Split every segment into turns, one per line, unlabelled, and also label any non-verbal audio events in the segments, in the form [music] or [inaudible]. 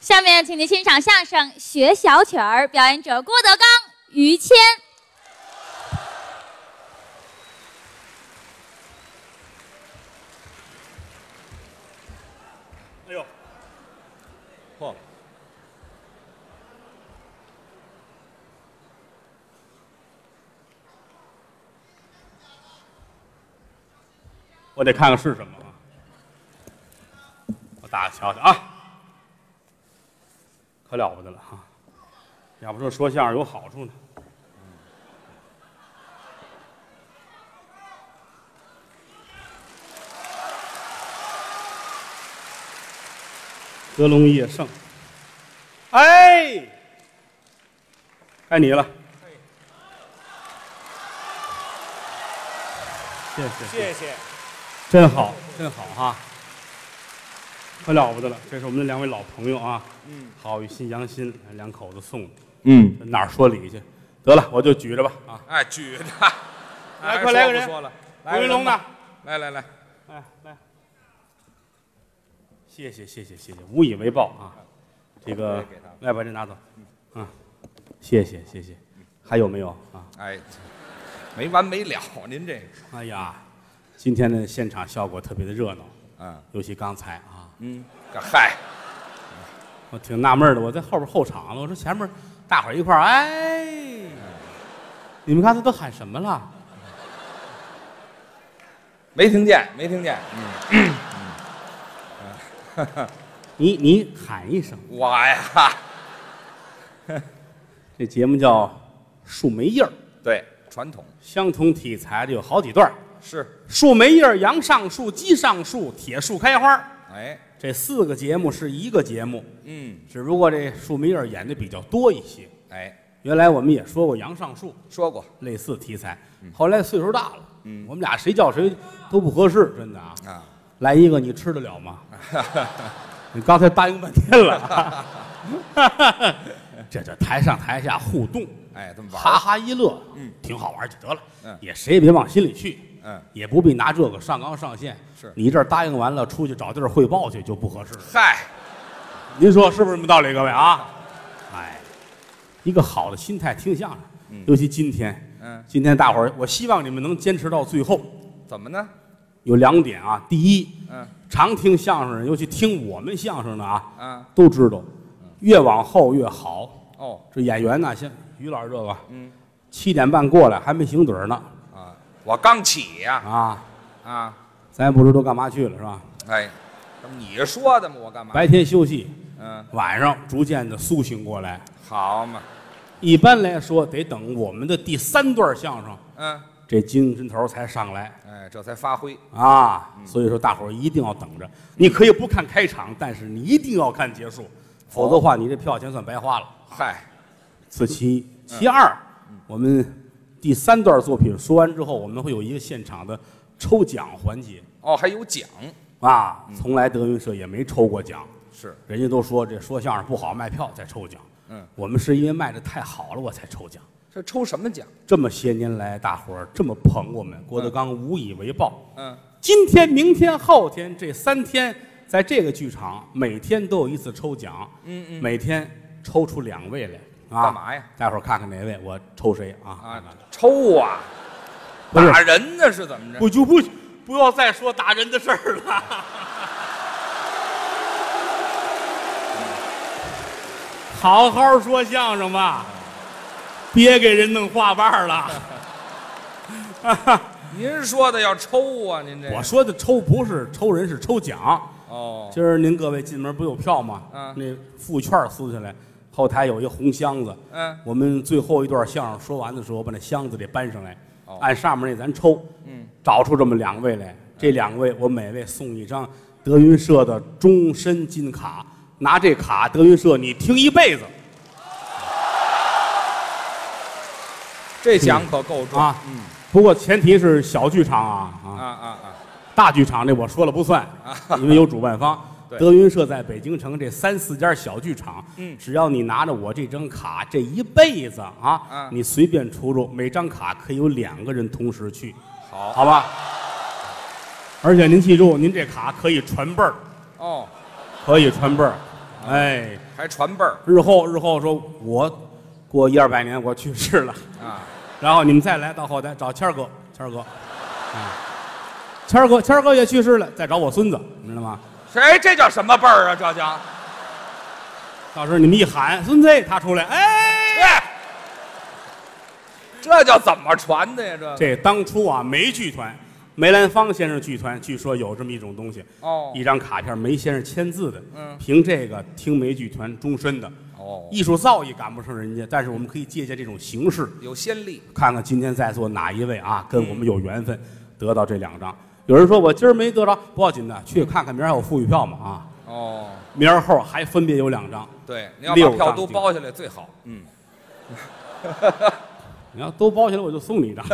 下面，请您欣赏相声《学小曲儿》，表演者郭德纲、于谦。
哎呦，晃了。我得看看是什么啊！我打个瞧瞧啊，可了不得了啊！要不说说相声有好处呢。德龙夜圣，哎，该你了，谢谢。
谢谢，
真好，真好哈、可了不得了！这是我们的两位老朋友啊，
嗯，
郝雨欣、杨欣两口子送的，
嗯，
哪儿说理去？得了，我就举着吧啊！
哎，举的，
来
哎
快 [laughs] 来个人
说不说了，来
吴云龙呢？？
来来来，
哎，来，谢谢谢谢谢谢，无以为报啊！这个
给他们
来把这拿走，啊，谢谢谢谢，还有没有啊？
哎，没完没了，您这个，
哎呀，今天的现场效果特别的热闹，
嗯
尤其刚才啊，
嗯，这嗨，
我挺纳闷的，我在后边候场了，我说前面大伙儿一块儿，哎，你们刚才都喊什么了？
没听见，没听见，嗯
你你喊一声，
我呀，
这节目叫《树莓叶儿》，
对，传统
相同题材的有好几段儿。
是，
树莓叶儿、杨上树、鸡上树、铁树开花儿，
哎，
这四个节目是一个节目，
嗯，
只不过这树莓叶儿演的比较多一些。
哎，
原来我们也说过杨上树
说过
类似题材，
嗯
后来岁数大了，我们俩谁叫谁都不合适，真的啊。
啊，
来一个，你吃得了
[laughs]
吗？你刚才答应半天了， [laughs] 这这台上台下互动，
哎，这么玩
哈
儿，
哈一乐，
嗯，
挺好玩就得了，
嗯
也谁也别往心里去，
嗯，
也不必拿这个上纲上线。
是
你这儿答应完了，出去找地儿汇报去就不合适了。
嗨，
您说是不是这么道理，各位啊？哎，一个好的心态听相声，
嗯
尤其今天，
嗯，
今天大伙儿，我希望你们能坚持到最后。
怎么呢？
有两点啊，第一，
嗯
常听相声人，尤其听我们相声的啊，
啊，
都知道，越往后越好。
哦，
这演员呢，像于老师这个，
嗯
七点半过来还没醒盹儿呢
啊，我刚起呀，
啊，
啊，
咱也不知道干嘛去了是吧？
哎，这不你说的吗？我干嘛？
白天休息，
嗯，
晚上逐渐的苏醒过来。
好嘛，
一般来说，得等我们的第三段相声，
嗯，
这精神头儿才上来
哎，这才发挥，
啊。所以说，大伙儿一定要等着。你可以不看开场，但是你一定要看结束，否则的话，你这票钱算白花了。
嗨，
此其一。其二，我们第三段作品说完之后，我们会有一个现场的抽奖环节
哦，还有奖，
啊。从来德云社也没抽过奖，
是，
人家都说这说相声不好卖票才抽奖。
嗯，
我们是因为卖的太好了，我才抽奖。
这抽什么奖？
这么些年来，大伙儿这么捧我们，郭德纲无以为报。
嗯，
今天、明天、后天这三天，在这个剧场每天都有一次抽奖，
嗯嗯
每天抽出两位来啊。
干嘛呀？
待会儿看看哪位，我抽谁啊？
啊
看看，
抽啊，
不是
打人呢是怎么着？
不就不不要再说打人的事儿
[laughs]
了。好好说相声吧，别给人弄话瓣
[laughs]
儿
哎
了。
您说的要抽啊，您这
我说的抽不是抽人，是抽奖。
哦，
今儿您各位进门不有票吗？
嗯
那副券儿撕下来，后台有一红箱子。
嗯，
我们最后一段相声说完的时候，把那箱子得搬上来，
哦
按上面那咱抽，
嗯，
找出这么两位来，这两位我每位送一张德云社的终身金卡，拿这卡德云社你听一辈子
这奖可够重
啊，
嗯，
不过前提是小剧场啊
啊
啊，
啊啊，
大剧场这我说了不算，因为有主办方。
对
德云社在北京城这三四家小剧场，
嗯
只要你拿着我这张卡，这一辈子啊，
嗯
你随便出入，每张卡可以有两个人同时去，
好
好吧？而且您记住，您这卡可以传辈儿，
哦
可以传辈儿，
啊
哎，
还传辈儿
日后日后说我过一二百年我去世了， [laughs]
啊，
然后你们再来到后台找谦儿哥，谦儿哥，嗯谦儿哥，谦儿哥也去世了，再找我孙子，你知道吗？
谁这叫什么辈儿啊？这叫
到时候你们一喊孙子，他出来，哎，
哎，这叫怎么传的呀？这
这当初啊，梅剧团，梅兰芳先生剧团，据说有这么一种东西，
哦
一张卡片，梅先生签字的，
嗯
凭这个听梅剧团终身的，
哦，
艺术造诣赶不上人家，但是我们可以借鉴这种形式，
有先例
看看今天在座哪一位啊跟我
嗯
们有缘分，得到这两张。有人说我今儿没得着，不要紧的，去看看明儿还有富裕票嘛啊，
哦。
明儿后还分别有两张，
对，你要
六
把
张
票都包下来最好。嗯，
你要都包起来我就送
[laughs]
你一张。 [laughs]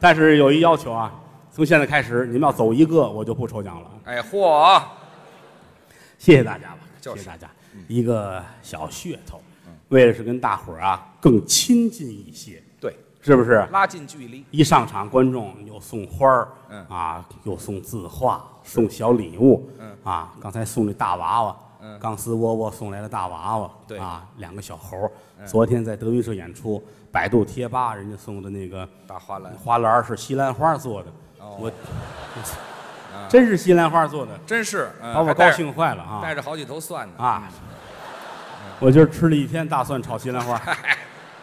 但是有一要求啊，从现在开始你们要走一个我就不抽奖了，
哎，嚯，
谢谢大家吧，
就是嗯
谢谢大家，一个小噱头，为了是跟大伙儿啊更亲近一些，
对，
是不是？
拉近距离，
一上场，观众有送花儿，
嗯
啊，有送字画，送小礼物，
嗯
啊，刚才送那大娃娃，
嗯
钢丝窝窝送来了大娃娃，
对嗯
啊，两个小猴儿。昨天在德云社演出，百度贴吧人家送的那个
大花篮，
花篮儿是西兰花做的，
哦
我 [laughs] 真是西兰花做的，
真是嗯
把我
还带
高
着
兴坏了啊！
带着嗯好几头蒜呢。
啊，我今儿吃了一天大蒜炒西兰花，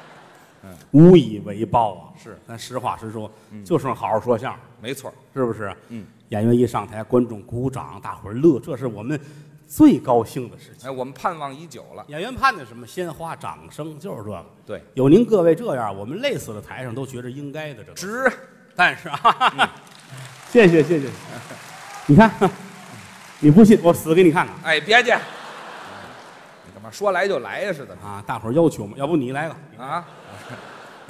[laughs]
无以为报啊。
嗯是
咱实话实说，就剩好好说相声，
没错儿，
是不是？
嗯，
演员一上台，观众鼓掌，大伙儿乐，这是我们最高兴的事情。
哎，我们盼望已久了。
演员盼的什么？鲜花、掌声，就是这个。
对，
有您各位这样，我们累死了台上都觉着应该的。这都，
值
但是啊，谢谢谢谢，你
[laughs]
看，你不信我死给你看看
哎，别介，你干嘛说来就来呀？是怎么
啊！大伙儿要求嘛，要不你来吧。
啊？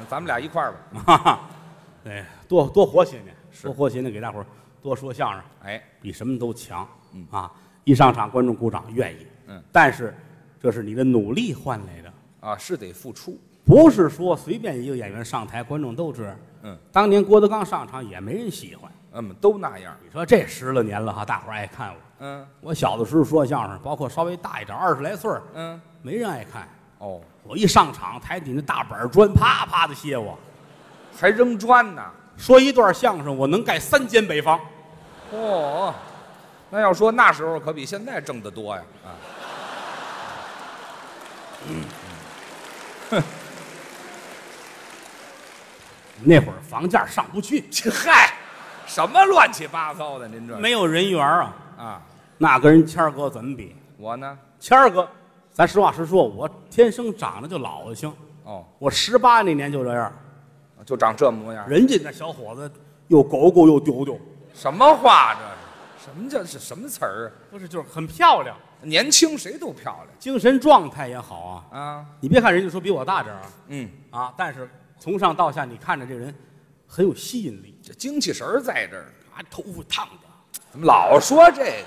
咱们俩一块儿吧。
哈哈， [laughs] 哎，多多活些年，
是
多活些年，给大伙儿多说相声，
哎，
比什么都强。
嗯
啊，一上场观众鼓掌，愿意。
嗯，
但是这是你的努力换来的，
啊，是得付出。
不是说随便一个演员上台，观众都这样。
嗯，
当年郭德纲上场也没人喜欢，
嗯，都那样。
你说这十来年了哈，大伙儿爱看我。
嗯
我小的时候说相声，包括稍微大一点，二十来岁儿
嗯，
没人爱看。
哦，
我一上场，台底那大板儿砖啪啪的卸我，
还扔砖呢。
说一段相声，我能盖三间北方。
哦，那要说那时候可比现在挣得多呀。啊，
那会儿房价上不去，
这嗨，什么乱七八糟的？您这
没有人缘儿啊，
啊，
那跟人谦儿哥怎么比？
我呢？
谦儿哥，咱实话实说，我天生长得就老性，
哦，
我十八那年就这样，
就长这模样。
人家那小伙子又狗狗又丢丢，
什么话这是？什么叫是什么词儿啊？
不是就是很漂亮，
年轻谁都漂亮
精神状态也好啊。
啊。
你别看人家说比我大点儿啊
嗯，
啊，但是从上到下你看着这人很有吸引力，
这精气神儿在这儿，
啊，头发烫的，
怎么老说这个？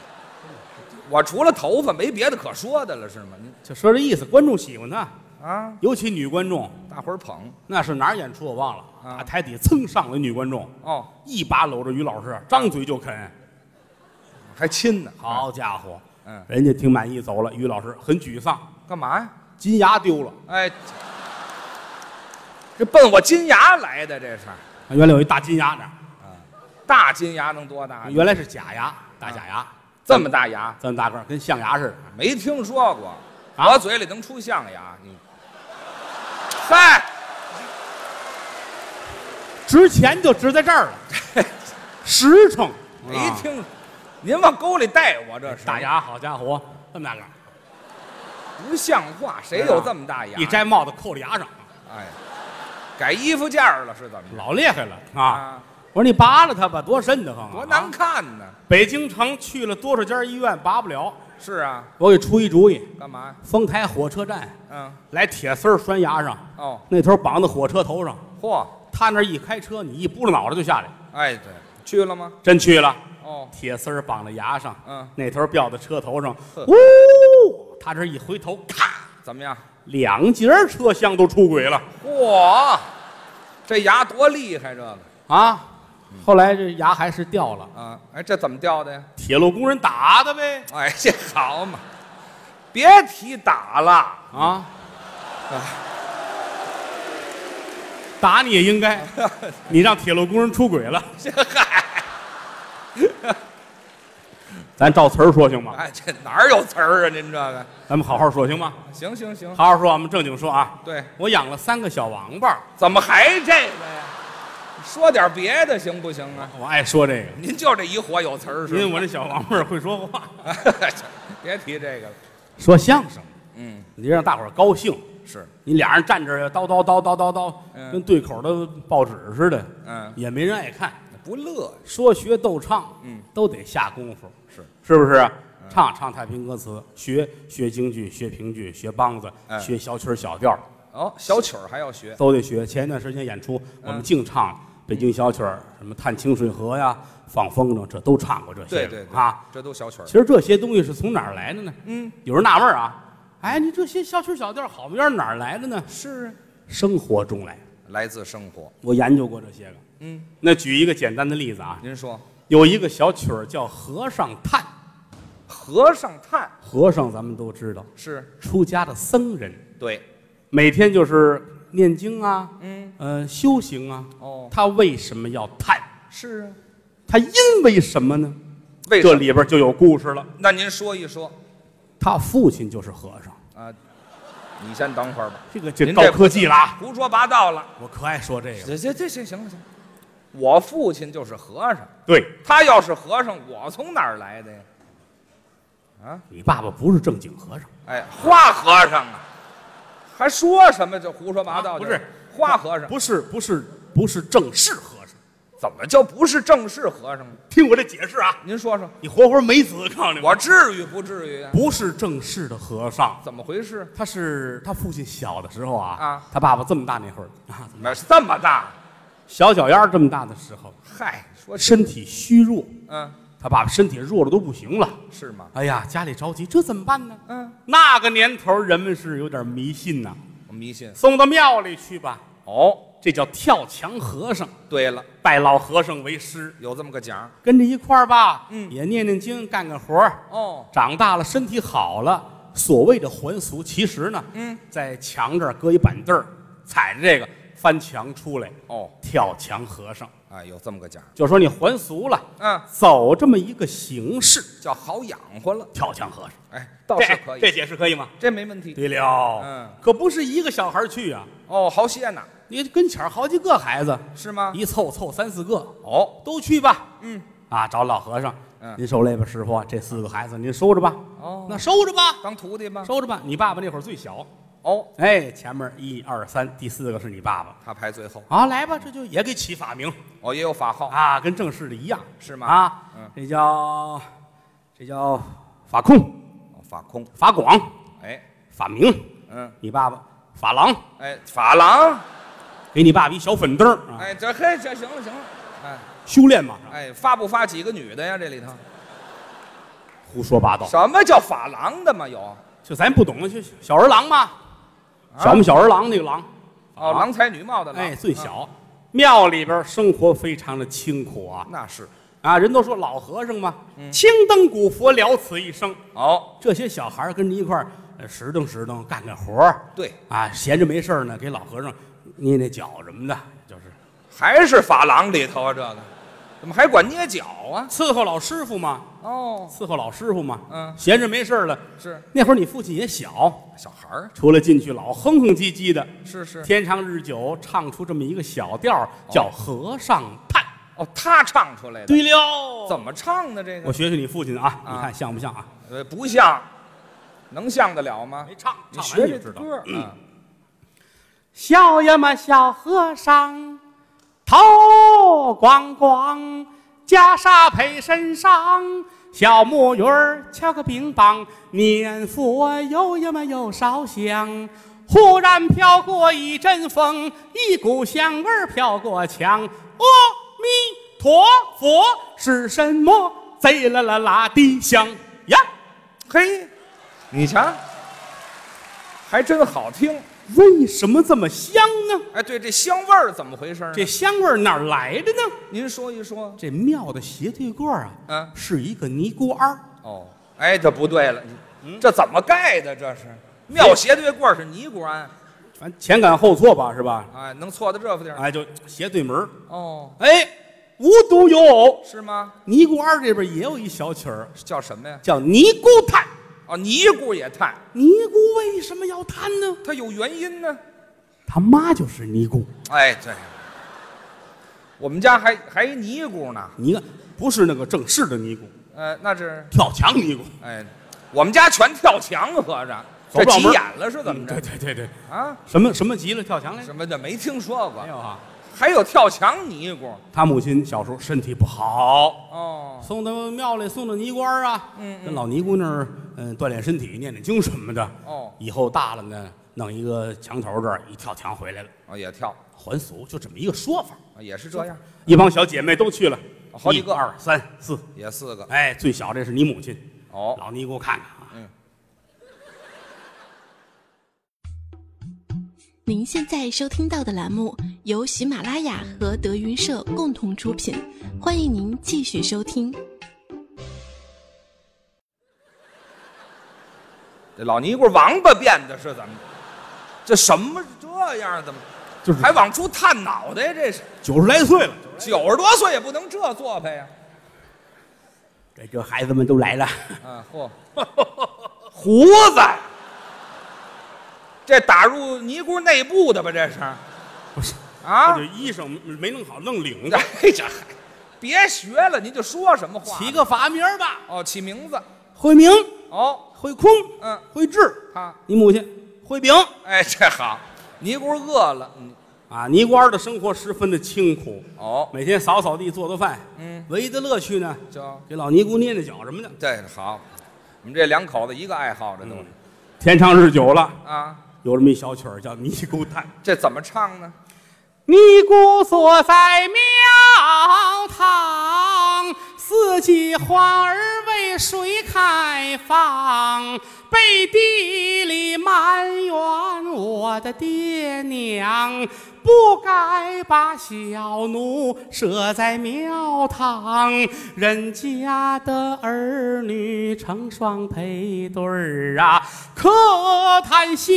我除了头发没别的可说的了，是吗？你
就说这意思，观众喜欢他，
啊，
尤其女观众，
大伙儿捧
那是哪儿演出我忘了，
啊
啊，台底蹭上来女观众。
哦，
一把搂着于老师，张嘴就啃。
还亲呢。
好家伙，
嗯，
人家挺满意走了。于老师很沮丧，
干嘛呀？
金牙丢了。
哎，这奔我金牙来的，这是
原来有一大金牙呢，
大金牙能多大？
原来是假
啊
牙，大假牙，
这么大牙
这么大个儿，跟象牙似的。
没听说过，
啊
我嘴里能出象牙？你嗨，
啊值钱就值在这儿了，
[laughs]
实诚。
没
啊
听，您往沟里带我哎这是
大牙，好家伙，这么大个儿，
不像话，谁有这么大牙？
一摘帽子扣在牙上，
哎，改衣服架儿了是怎么着？
老厉害了啊
嗯啊！
我说你拔了它吧，多瘆得慌啊！
多
啊
难看呢！
北京城去了多少家医院，拔不了。
是啊，
我给出一主意，
干嘛呀？
丰台火车站
嗯，
来铁丝儿拴牙上，
哦，
那头绑到火车头上，
嚯，
他那儿一开车，你一拨脑袋就下来，
哎，对，去了吗？
真去了。
哦，
铁丝儿绑在牙上，
嗯
那头吊在车头上，
呵
呜，他这儿一回头，咔，
怎么样？
两节车厢都出轨了
嚯，这牙多厉害，这个
啊！后来这牙还是掉了，
啊，哎，这怎么掉的呀？
铁路工人打的呗
哎，这好嘛，别提打 [laughs] 了，
啊，打你也应该，你让铁路工人出轨了。
这嗨，
[laughs] 咱照词儿说行吗？
哎，这哪儿有词儿啊？您这个，
咱们好好说行吗？
行行行，
好好说，我们正经说啊。
对，
我养了三个小王八，
怎么还这个呀？说点别的行不行啊？
我爱说这个，
您就这一火有词儿是
因
吧？
为我这小王八会说 [laughs] 话，
哎这 [laughs] 别提这个了，
说相声，
嗯，
你让大伙儿高兴。
是，
你俩人站这儿叨叨叨叨叨叨，
嗯
跟对口的报纸似的，
嗯，
也没人爱看。
不乐
说学逗唱，
嗯，
都得下功夫，
是啊
是不是？唱唱太平歌词，学学京剧，学评剧，学梆子，
哎
学小曲儿小调儿，
哦，小曲儿还要学，
都得学。前一段时间演出，我们净
嗯
唱北京小曲儿，什么《探清水河》呀，《放风筝》，这都唱过这些
对
了
对对
啊。，
这都小曲儿
其，实这些东西是从哪儿来的呢？
嗯，
有人纳闷儿啊，哎，你这些小曲儿小调儿好玩意儿哪儿来的呢？
是啊
生活中来，
来自生活，
我研究过这些个。
嗯，
那举一个简单的例子啊，
您说
有一个小曲儿叫《和尚叹》，
和尚叹
和尚咱们都知道，
是
出家的僧人，
对，
每天就是念经啊，
嗯，
呃，修行啊。
哦，
他为什么要叹？
是啊，
他因为什么呢？
为什
这
么？
里边就有故事了。
那您说一说
他父亲就是和尚，
啊，你先等会儿吧，
这个这
您
高
这
科技了啊！
胡说八道了，
我可爱说这个了。
这这这行行了行了，我父亲就是和尚，
对
他要是和尚，我从哪儿来的呀？啊？
你爸爸不是正经和尚，
哎，花和尚啊，还说什么这胡说八道
啊
就、
不是
花和尚，
不是不是不是正式和尚。
怎么就不是正式和尚呢？
听我这解释啊，
您说说，
你活活美死！告诉你，
我至于不至于啊？
不是正式的和尚。
怎么回事？
他是他父亲小的时候啊，
啊
他爸爸这么大那会儿啊，
怎么这么大？
小脚丫儿这么大的时候，
嗨，说
身体虚弱，
嗯
他爸爸身体弱的都不行了。
是吗？
哎呀，家里着急，这怎么办呢？
嗯，
那个年头，人们是有点迷信呐、
我迷信
送到庙里去吧，
哦。
这叫跳墙和尚，
对了，
拜老和尚为师，
有这么个讲
跟着一块儿吧，
嗯
也念念经，干干活儿。
哦，
长大了，身体好了，所谓的还俗，其实呢，
嗯
在墙这儿搁一板凳儿，踩着这个翻墙出来，
哦
跳墙和尚，
啊，有这么个讲，
就说你还俗了，
嗯，
走这么一个形式，
叫好养活了，
跳墙和尚，
哎，倒是
这
可以，
这
这
解释可以吗？
没问题。
对了，
嗯，
可不是一个小孩儿去啊，
哦，好些呢，
你跟前儿好几个孩子，
是吗？
一凑凑三四个，
哦，
都去吧。
嗯，
啊，找老和尚，
嗯
您受累吧，师傅，啊这四个孩子您收着吧。
哦
那收着吧，
当徒弟吗？
收着吧。你爸爸那会儿最小，
哦，
哎，前面一二三，第四个是你爸爸。
他排最后，
啊，来吧，这就也给起法名
哦，也有法号，
啊，跟正式的一样，
是吗？
啊
嗯，
这叫这叫法控、
哦法空，
法广、
哎，
法明，
嗯，
你爸爸法郎，
哎，法郎，
给你爸爸一小粉灯儿啊，
哎，这嘿，这行了行了，哎
修炼嘛，
哎，发不发几个女的呀？这里头
胡说八道，
什么叫法郎的嘛？有哦
就咱不懂的，就小儿郎嘛，啊小么小儿郎那个郎，
哦，
啊
郎才女貌的郎，
哎，最
啊
小。庙里边生活非常的清苦啊
那是
啊！人都说老和尚嘛，青灯古佛了此一生。
哦，
这些小孩儿跟着一块儿呃拾掇拾掇，干干活儿
对，
啊，闲着没事儿呢，给老和尚捏捏脚什么的，就是
还是法郎里头啊，这个怎么还管捏脚啊？
伺候老师傅嘛，
哦，
伺候老师傅嘛。
嗯
闲着没事儿了，
是
那会儿你父亲也小，
小孩儿，
除了进去老哼哼唧唧的，
是是
天长日久唱出这么一个小调儿叫《和尚叹
哦，他唱出来》。的，
对了，
怎么唱的这
我
个？
学学你父亲啊，
啊
你看像不像啊？
呃，不像，能像得了吗？
没唱，
你
唱
学
完你
这
就知道。
歌儿啊，
小呀嘛小和尚，头光光，袈裟配身上，小木鱼儿敲个冰棒，念佛有呀嘛有烧香。忽然飘过一阵风，一股香味儿飘过墙。阿弥陀佛是什么？贼啦啦啦的香呀！
嘿，你瞧，还真好听。
为什么这么香呢？
哎，对，这香味儿怎么回事儿？
这香味儿哪儿来的呢？
您说一说。
这庙的斜对过啊，
嗯
是一个尼姑庵儿
哦，哎，这不对了，
嗯
你这怎么盖的？这是庙斜对过是尼姑庵，
反正前赶后错吧，是吧？
哎，能错到这副地儿？
哎，就斜对门儿
哦，
哎，无独有偶，
是吗？
尼姑庵这边也有一小曲儿，
叫什么呀？
叫尼姑叹。
哦，尼姑也叹，
尼姑为什么要叹呢？
它有原因呢。
他妈就是尼姑，
哎，对，我们家还还一尼姑呢，
你看，不是那个正式的尼姑，
呃，那是
跳墙尼姑，
哎，我们家全跳墙，合着
走
这
不了
急
门
眼了是怎么
嗯
着
对？对对对，
啊，
什么什么急了跳墙来着？
什么的没听说过
没，有啊，
还有跳墙尼姑
他母亲小时候身体不好，
哦，
送到庙里，送到尼姑庵啊，
嗯嗯
跟老尼姑那儿，嗯，锻炼身体，念念经什么的。
哦
以后大了呢，弄一个墙头这儿一跳墙回来了，
哦也跳，
还俗，就这么一个说法。
也是这样，
一帮小姐妹都去了，
哦好几个
一二三四，
也四个
哎，最小这是你母亲，
哦，
老尼姑看看啊，
嗯，
您现在收听到的栏目由喜马拉雅和德云社共同出品，欢迎您继续收听。
这老尼姑王八变的是怎么？这什么这样？怎么
就是
还往出探脑袋？这是
九十来岁了，
九十多岁也不能这做派呀！
这这孩子们都来了，
啊，嚯， [laughs] 胡子，这打入尼姑内部的吧？这是
不是，
啊
这？衣裳没弄好，弄领子
哎，呀，别学了，您就说什么话？
起个法名儿吧，
哦，起名字
慧明、
哦，
慧空、
嗯，
慧智，
他
你母亲慧饼
哎，这好，尼姑饿了，嗯，
啊。尼姑庵的生活十分的清苦，
哦，
每天扫扫地、做做饭，
嗯，
唯一的乐趣呢，
叫
给老尼姑捏捏脚什么的。
这好，我们这两口子一个爱好，这都是、
天长日久了，
啊，
有这么一小曲儿叫《尼姑叹》。
这怎么唱呢？
尼姑所在庙堂，四季花儿为谁开放？背地里埋怨我的爹娘，不该把小奴舍在庙堂，人家的儿女成双配对儿啊，可叹小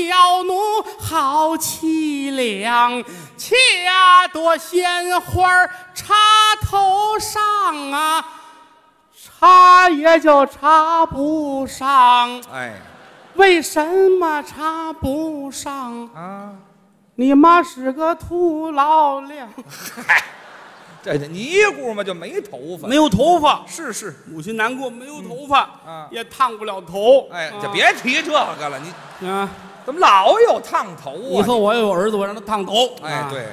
奴好凄凉，恰朵鲜花儿插头上啊，插也就插不上，
哎
为什么插不上？
啊，
你妈是个土老娘，
这尼姑嘛就没头发，
没有头发，
是是，
母亲难过，没有头发，
啊
也烫不了头。
哎，
啊
就别提这个了，你
啊！
怎么老有烫头啊？
以后我要有儿子，我让他烫头。
哎
啊，，
对，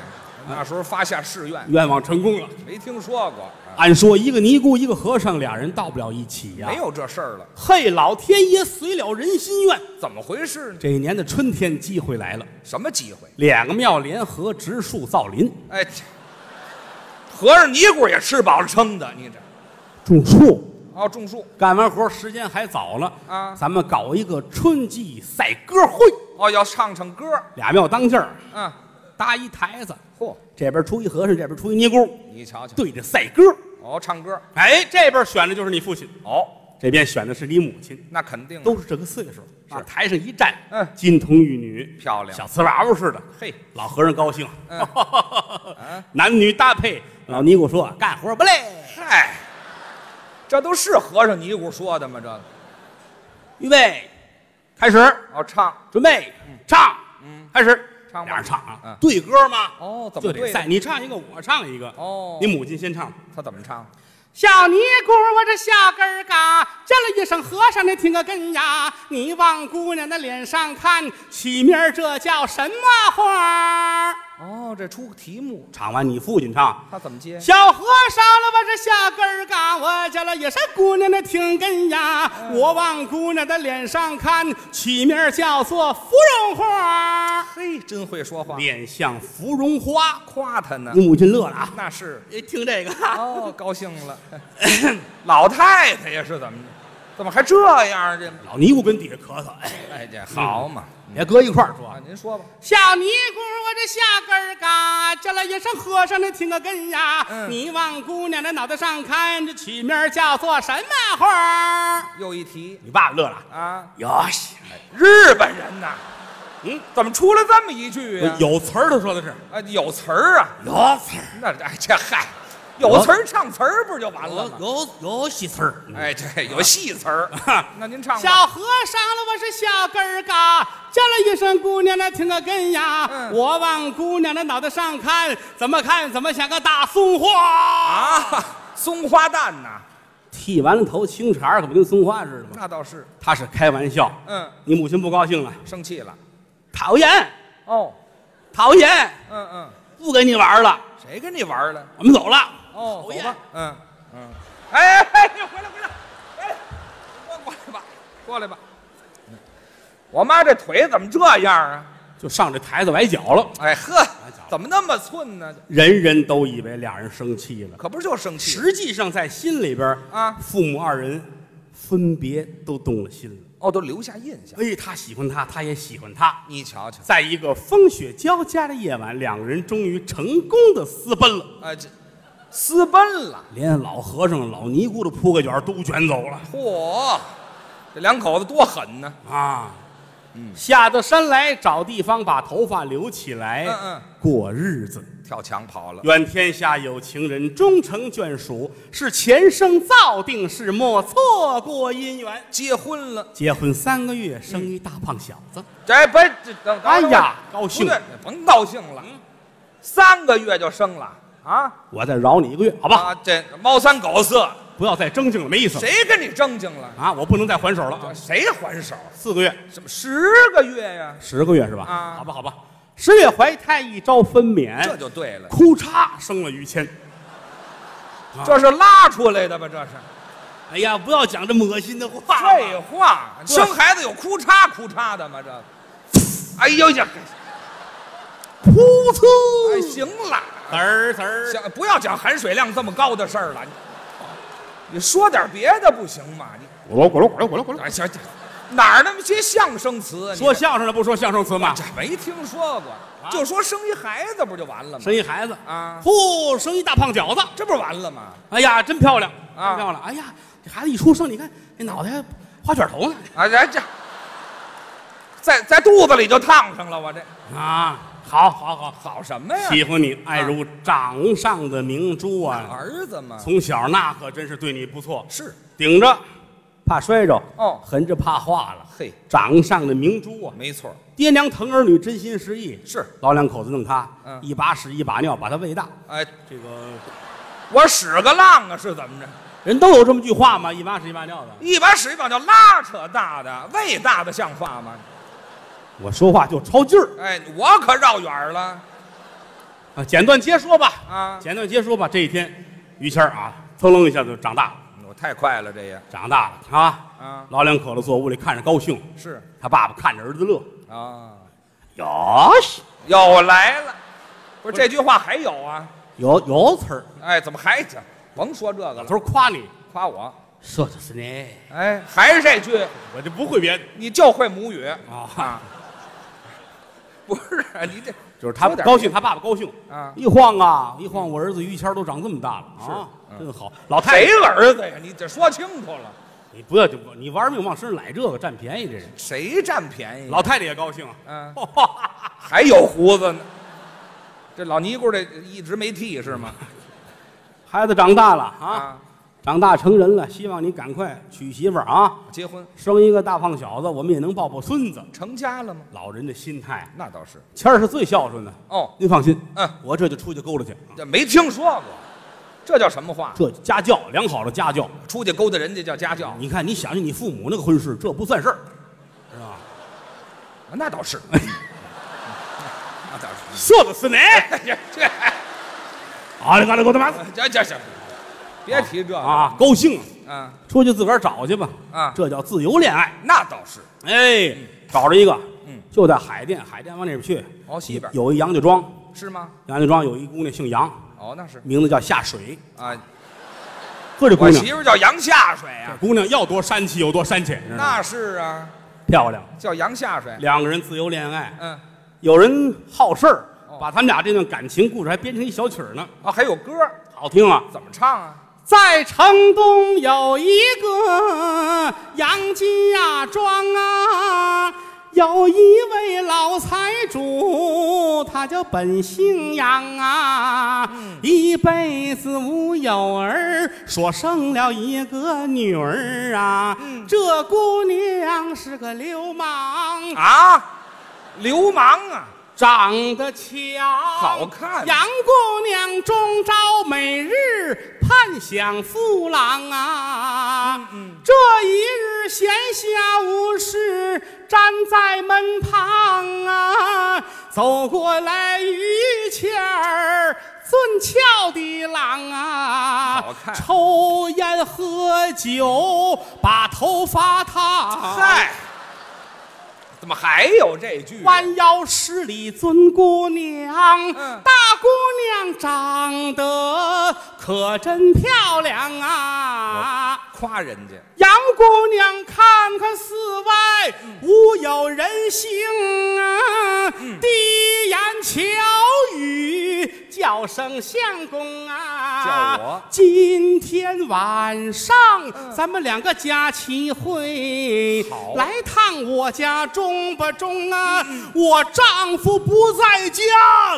那时候发下誓愿，
愿望成功了。
没听说过，啊
按说一个尼姑一个和尚，俩人到不了一起呀、
没有这事儿了，
嘿，老天爷随了人心愿。
怎么回事呢？
这一年的春天，机会来了，
什么机会？
两个庙联合植树造林，
哎，这和尚尼姑也吃饱了撑的，你这
种树。
哦，种树
干完活时间还早了
啊
咱们搞一个春季赛歌会，
哦，要唱唱歌，
俩庙当劲儿
嗯，
搭一台子，
嚯，
这边出一和尚，这边出一尼姑，
你瞧瞧，
对着赛歌。
哦，唱歌，
哎，这边选的就是你父亲，
哦，
这边选的是你母亲，
那肯定的
都是这个岁数，往台上一站，
嗯
金童玉女，
漂亮
小瓷娃娃似的。
嘿，
老和尚高兴，
嗯
[laughs] 男女搭配。老尼姑说：“干活不累，
嗨，这都是和尚尼姑说的吗？这个
预备，开始，
哦，唱
准备，唱，开始，
嗯唱吧
俩人唱啊
嗯，
对歌嘛，
哦，怎
就
么
得
对
赛，
的？
你唱一个，我唱一个。
哦
你母亲先唱。
他怎么唱？
小尼姑，我这下根儿嘎，叫了一声和尚，你听个根呀！你往姑娘的脸上看，起名儿这叫什么花儿？
哦，这出个题目，
唱完你父亲唱。
他怎么接？
小和尚了，我这下根儿嘎，我叫了一声姑娘的听根呀！我往姑娘的脸上看，起名儿叫做芙蓉花儿。
嘿，真会说话，
脸像芙蓉花，
夸他呢，
你母亲乐了啊！
那是
哎听这个，
[coughs] 哦，高兴了，老太太呀是怎么着？怎么还这样？这
[laughs] 老尼姑跟底下咳嗽，哎，
哎这好嘛
别搁一块儿说
啊！。您说吧，
小尼姑，我这下根儿嘎，叫了一声和尚，那听个根呀。
嗯
你往姑娘的脑袋上看，这曲名叫做什么花儿？
又一提
你爸爸乐了，
啊，
有戏。
日本人呐，
嗯，
怎么出了这么一句呀？
有词儿，他说的是
啊，有词儿啊，
有词儿，
那哎这嗨，有词儿唱词儿不就完了吗？
有有戏词儿。
哎，这有戏词儿，那您唱吧。
小和尚了，我是小根儿嘎，叫了一声姑娘来听个根呀。
嗯
我往姑娘的脑袋上看，怎么看怎么像个大松花。
啊，松花蛋呐，
剃完了头，青茬儿可不跟松花似的吗？
那倒是，
他是开玩笑。
嗯，
你母亲不高兴了，
生气了。
讨厌，
哦，
讨厌，
嗯嗯，
不跟你玩了，
谁跟你玩儿了？
我们走了。
哦，
讨厌
走吧，嗯嗯，哎哎哎，你回来回来，哎，过过来吧，过来吧。我妈这腿怎么这样啊？
就上这台子崴脚了。
哎呵
家伙，
怎么那么寸呢？
人人都以为俩人生气了，
可不是就生气了
实际上在心里边
啊
父母二人分别都动了心了。
哦，都留下印象。
哎，他喜欢他，他也喜欢他。
你瞧瞧，
在一个风雪交加的夜晚，两个人终于成功的私奔了，
哎，这私奔了，
连老和尚、老尼姑的铺盖卷都卷走了
嚯，这两口子多狠呢！
啊！
嗯
下到山来找地方把头发留起来，
嗯嗯
过日子。
跳墙跑了，
愿天下有情人终成眷属，是前生造定事，莫错过姻缘。
结婚了，
结婚三个月，生一大胖小子，
哎，不，这等，等
哎呀高兴
不对，甭高兴了，三个月就生了啊
我再饶你一个月，好吧？
啊！这猫三狗四，
不要再争竞了，没意思。
谁跟你正经了？
啊，我不能再还手了啊！
谁还手？
四个月，
什么十个月呀？
十个月是吧？
啊
好吧，好吧。十月怀胎，一朝分
这
娩，
就对了，
哭嚓生了于谦。
这是拉出来的吧？这是
哎呀，不要讲这么恶心的话了
废话，生孩子有哭嚓哭嚓的吗？这，哎呦呀，
噗
哎，
呲，
行了，
呲儿呲儿，
想不要讲含水量这么高的事儿了，你你说点别的不行吗？你
咕噜咕噜咕噜咕噜咕噜。
哎，行，哪儿那么些相声词啊？你
说相声的不说相声词吗
这？没听说过，就说生一孩子不就完了吗？
生一孩子
啊
呼，生一大胖饺子，
这不是完了吗？
哎呀，真漂亮，
啊
真漂亮！哎呀，这孩子一出生，你看那脑袋还花卷头呢
啊，这这，在在肚子里就烫上了，我这
啊！好，好，好，
好什么呀？
喜欢你，爱如掌上的明珠啊！
儿子嘛，
从小那可真是对你不错，
是
顶着，怕摔着
哦
横着怕化了，
嘿，
掌上的明珠啊！
没错，
爹娘疼儿女，真心实意，
是
老两口子弄他，
嗯
一把屎一把尿，把他喂大。
哎，
这个
我屎个浪啊，是怎么着？
人都有这么句话嘛，一把屎一把尿的。
一把屎一把就拉扯大的，胃大的像话吗？
我说话就超劲儿。
哎，我可绕远儿了
啊，简短截说吧，
啊！
简短截说吧。这一天，于谦儿啊，噌楞一下就长大了，
我太快了，这也
长大了啊。
啊
老两口子坐屋里看着高兴，
是
他爸爸看着儿子乐，
啊，
有戏
又来了，不是这句话还有啊？
有有词儿，
哎，怎么还这？甭说这个
老
了，
头儿夸你，
夸我。
说的是你，
哎，还是这句，
我就不会别的
你就会母语
啊
啊。？ [laughs] 不是你这，
就是他
说点
高兴，他爸爸高兴
啊
一晃啊，一晃，我儿子于谦儿都长这么大了啊，
嗯
真好。老太
谁
太，
儿子哎呀？你得说清楚了，
你不要你玩命往身上揽这个，占便宜这人。
谁占便宜？
老太太也高兴
嗯，
啊，
还有胡子呢。这老尼姑这一直没剃是吗？
[laughs] 孩子长大了啊。
啊，
长大成人了，希望你赶快娶媳妇儿啊，
结婚
生一个大胖小子，我们也能抱抱孙子。
成家了吗？
老人的心态，
那倒是。
谦儿是最孝顺的，
哦，
您放心，
嗯，
我这就出去勾搭去。啊
这没听说过，这叫什么话？
这家教，良好的家教。
出去勾搭人家叫家教，
你看，你想想你父母那个婚事，这不算事儿，是吧？
那倒 [laughs] 是。嗯那倒是。
说的是你，
这这
啊，你看这给我他妈
[laughs] 这这这，别提这个
啊，高兴，
啊！
出去自个儿找去吧。
啊
这叫自由恋爱。
那倒是。
哎，找着一个，
嗯，
就在海淀，海淀往那边去，
哦，西边
有一杨家庄，
是吗？
杨家庄有一姑娘姓杨，
哦，那是
名字叫夏水。
啊，
呵，这姑
我
娘
媳，妇儿叫杨下水啊，
姑娘要多煽气有多煽气，知道吗
那是啊，
漂亮。
叫杨下水。
两个人自由恋爱，
嗯，
有人好事儿
哦，
把他们俩这段感情故事还编成一小曲儿呢，
啊，还有歌儿
好听啊。
怎么唱啊？
在城东有一个杨家庄啊，有一位老财主，他叫本姓杨啊，一辈子无有儿，所生了一个女儿啊。
嗯
这姑娘是个流氓，
啊，流氓啊！
长得巧，
好看
杨姑娘中招每日盼想父郎啊，
嗯
这一日闲暇无事，站在门旁啊，走过来于谦儿。俊俏的郎啊，
好看
抽烟喝酒，把头发烫。
嗨，怎么还有这句啊？
弯腰施礼尊姑娘，
嗯
大姑娘长得可真漂亮啊！
夸人家
杨姑娘看看寺外无有人行啊，
嗯
低言巧语叫声相公啊，
叫我嗯
今天晚上咱们两个家齐会，
好嗯
来趟我家中吧中啊，我丈夫不在家，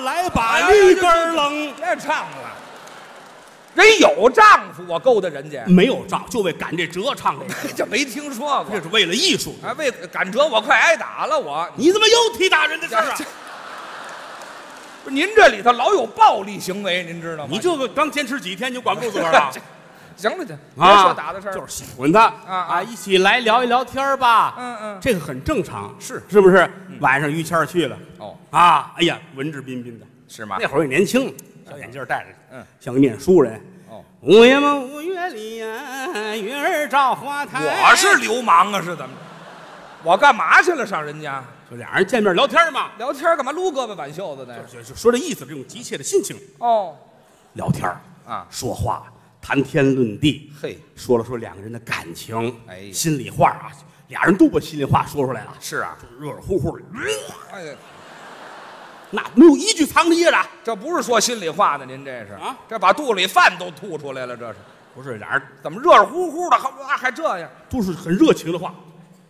来把绿根儿
哎
扔。
别唱了。人有丈夫，我勾搭人 [laughs] 家，
没有账，就为赶这折唱这个，
这没听说过
这。是为了艺术。
啊，为赶折我快挨打
[laughs]
了，我。
你怎么又提打人的事儿啊
这？ [laughs] 不是您这里头老有暴力行为，您知道吗？
你这个刚坚持几天，你就管不住自个儿了
这 [laughs] 行了，行，别
啊！
说打的事儿
[laughs]
了，
就是喜欢他
啊
一起来聊一聊天儿吧。
嗯嗯
这个很正常，
是
是嗯不是？晚上于谦儿去了
哦，
啊，哎呀，文质彬彬的，
是吗
那？会儿也年轻，小眼镜戴着，
嗯，
像个念书人。
哦，
五月嘛，五月里呀，云儿照花台。
我是流氓啊，是怎么着？我干嘛去了？上人家
就俩人见面聊天嘛，
聊天干嘛？撸胳膊挽袖子呢？
就就说这意思，这种急切的心情
哦，
聊天儿
啊
说话谈天论地，
嘿，
说了说两个人的感情，
哎呀
心里话啊，俩人都把心里话说出来了，
是啊，
热热乎乎的，
哎呀，
那没有一句藏着掖着啊。
这不是说心里话呢，您这是
啊？
这把肚里饭都吐出来了，这是
不是，俩人
怎么热热乎乎的，还还这样，
都是很热情的话，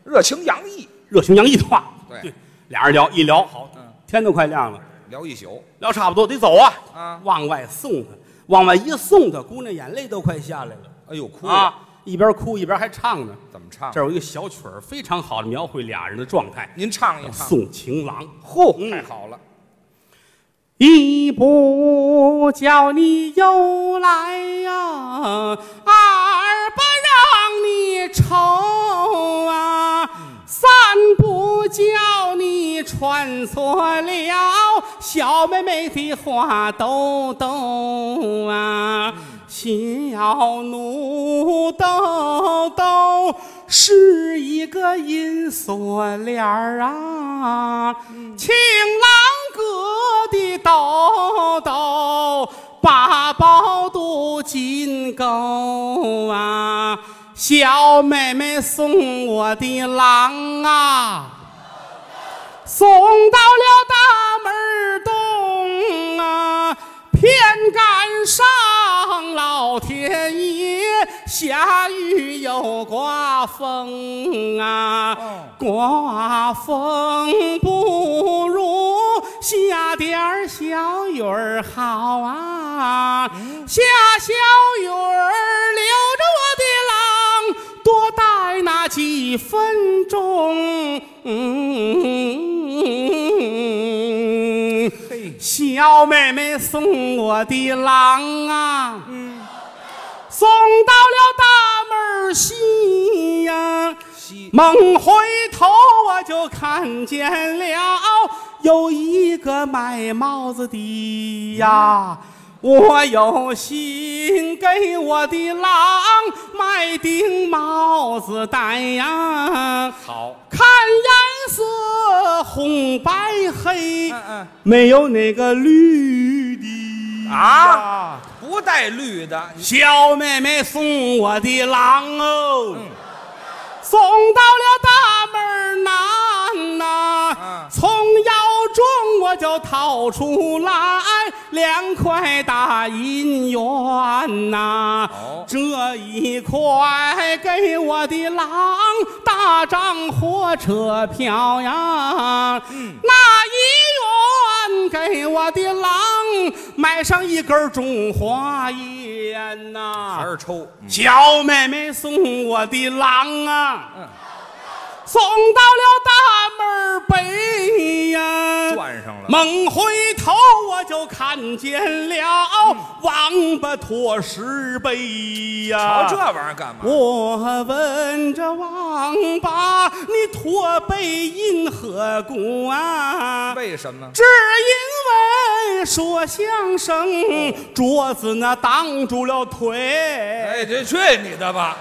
热情洋溢，
热情洋溢的话。
对
俩人聊一聊，好
嗯，
天都快亮了，
聊一宿，
聊差不多得走啊。
啊
往外送他，往外一送他，姑娘眼泪都快下来了
哎呦，哭了，啊
啊！一边哭一边还唱呢。
怎么唱
这？有一个小曲儿，非常好的描绘俩人的状态，
您唱一
《
唱，
啊送情郎》。
嚯，
嗯
太好了，
一不叫你又来呀、二不让你愁啊，三不叫你穿错了小妹妹的花兜兜啊，
嗯
小奴兜兜是一个银锁链儿啊，情郎哥的兜兜八宝镀金钩啊，小妹妹送我的郎啊。送到了大门东啊，偏赶上老天爷下雨又刮风啊，刮风不如下点儿小雨儿好啊，下小雨儿留着我的郎。多待那几分钟。嗯
嘿
小妹妹送我的郎啊，送到了大门西呀、
西，
猛回头，我就看见了有一个卖帽子的呀。我有心给我的郎买顶帽子戴呀，
好，
看颜色红白黑，
嗯嗯
没有哪个绿的。
啊，
啊，
不带绿的，
小妹妹送我的郎哦，送到了大门南呐、
啊
从腰中我就掏出来两块大银元呐、
哦
这一块给我的郎搭张火车票呀，那一元给我的郎买上一根中华烟呐、
还是抽。嗯
小妹妹送我的郎啊，
嗯
送到了大门北呀，
转上了
猛回头我就看见了
嗯
王八驮石碑呀。
瞧这玩意儿干嘛？
我问这王八，你驼背因何故啊？
为什么？
只因为说相
嗯
声，桌子那挡住了腿。
哎，这去你的吧！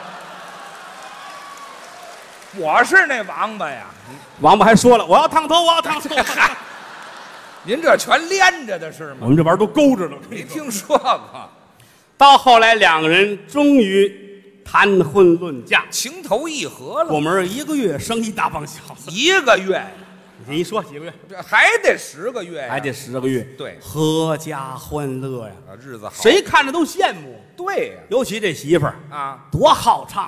我是那王八 [laughs] 呀！
王八还说了：“我要烫头，我要烫 [laughs] 头。
您这全连着的是”吗？
我们这玩意儿都勾着呢。
没听说过，
到后来，两个人终于谈婚论嫁。
情投意合了
我，们儿一个月生一大帮小子，
一个月呀，
你一说几个月？
这还得十个月呀，
还得十个月。
对
阖家欢乐呀，
啊日子好。
谁看着都羡慕。
对呀？
尤其这媳妇儿，
啊，
多好唱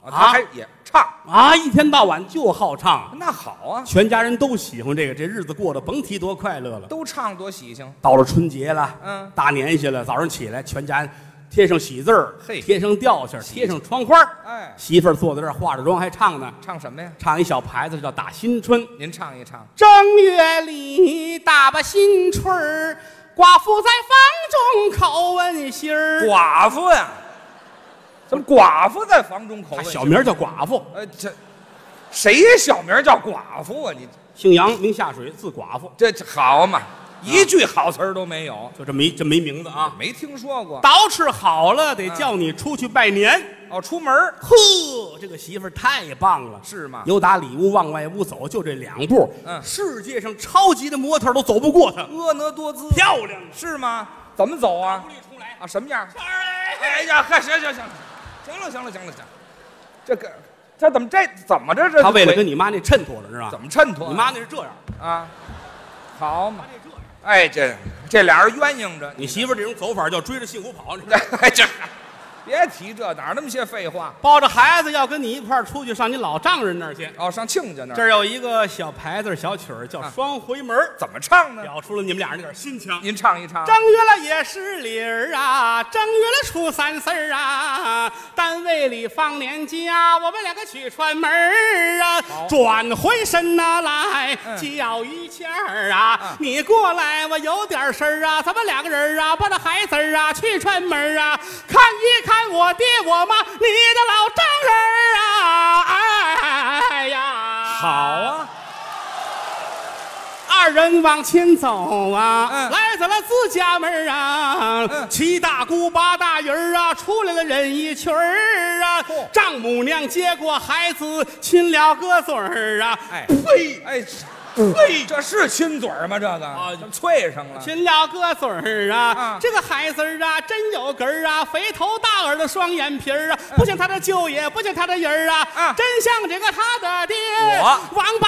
啊他还也唱，
啊！一天到晚就好唱，
那好啊，
全家人都喜欢这个，这日子过得甭提多快乐了。
都唱多喜庆。
到了春节了，
嗯
大年下了，早上起来，全家人贴上喜字儿，
嘿
贴上吊线儿，贴上窗花儿
哎
媳妇儿坐在这儿化着妆还唱呢，
唱什么呀？
唱一小牌子叫《打新春》。
您唱一唱。
正月里打把新春儿，寡妇在房中口问心儿。
寡妇呀，怎么寡妇在房中口
她
问？
小名儿叫寡妇，
呃，这谁小名叫寡妇啊？你
姓杨，名下水，字寡妇，
这这好嘛，一句好词儿都没有，
就这么一这么一名字啊。
没听说过。
捯饬好了，得叫你出去拜年。
哦，出门儿
哦呵，这个媳妇儿太棒了，
是吗？
由打里屋往外屋走，就这两步，
嗯
世界上超级的模特都走不过她，
婀娜多姿，
漂亮啊！
是吗？怎么走啊？啊，什么样？哎呀，嗨，行行行，行了行了行了行了，这个这怎么这怎么这这？
她为了跟你妈那衬托了，是吧？
怎么衬托啊？
你妈那是这样，
啊，好嘛，哎，这这俩人鸳鸯着，
你媳妇儿这种走法叫追着幸福跑，你知道吗
[laughs] 哎这别提这哪儿那么些废话
抱着孩子要跟你一块儿出去，上你老丈人那儿去。
哦，上亲家那
这
儿
儿有一个小牌子小曲儿叫
啊
《双回门》，
怎么唱呢？
表出了你们俩人那点心腔。
您唱一唱。
正月了也是理儿啊，正月了初三四儿啊，单位里放年假，我们两个去串门儿啊，转回身呐、来
嗯
叫于谦儿啊，你过来，我有点事儿啊，咱们两个人啊，抱着孩子儿啊去串门儿啊，看一看我爹我妈，你的老丈人儿啊，哎呀，
好啊，
二人往前走啊，
嗯
来到了自家门儿啊，
嗯
七大姑八大姨儿啊，出来了人一群儿啊，
嚯
丈母娘接过孩子亲了个嘴儿啊，
哎
呸，
哎，嘿，这是亲嘴儿吗？这个
啊
怎么脆上了？
亲了个嘴儿啊，
啊
这个孩子儿啊真有根儿啊，肥头大耳的双眼皮
嗯
儿啊，不像他的舅爷，不像他的人儿啊，
啊
真像这个他的爹，
我
王八啊
[laughs]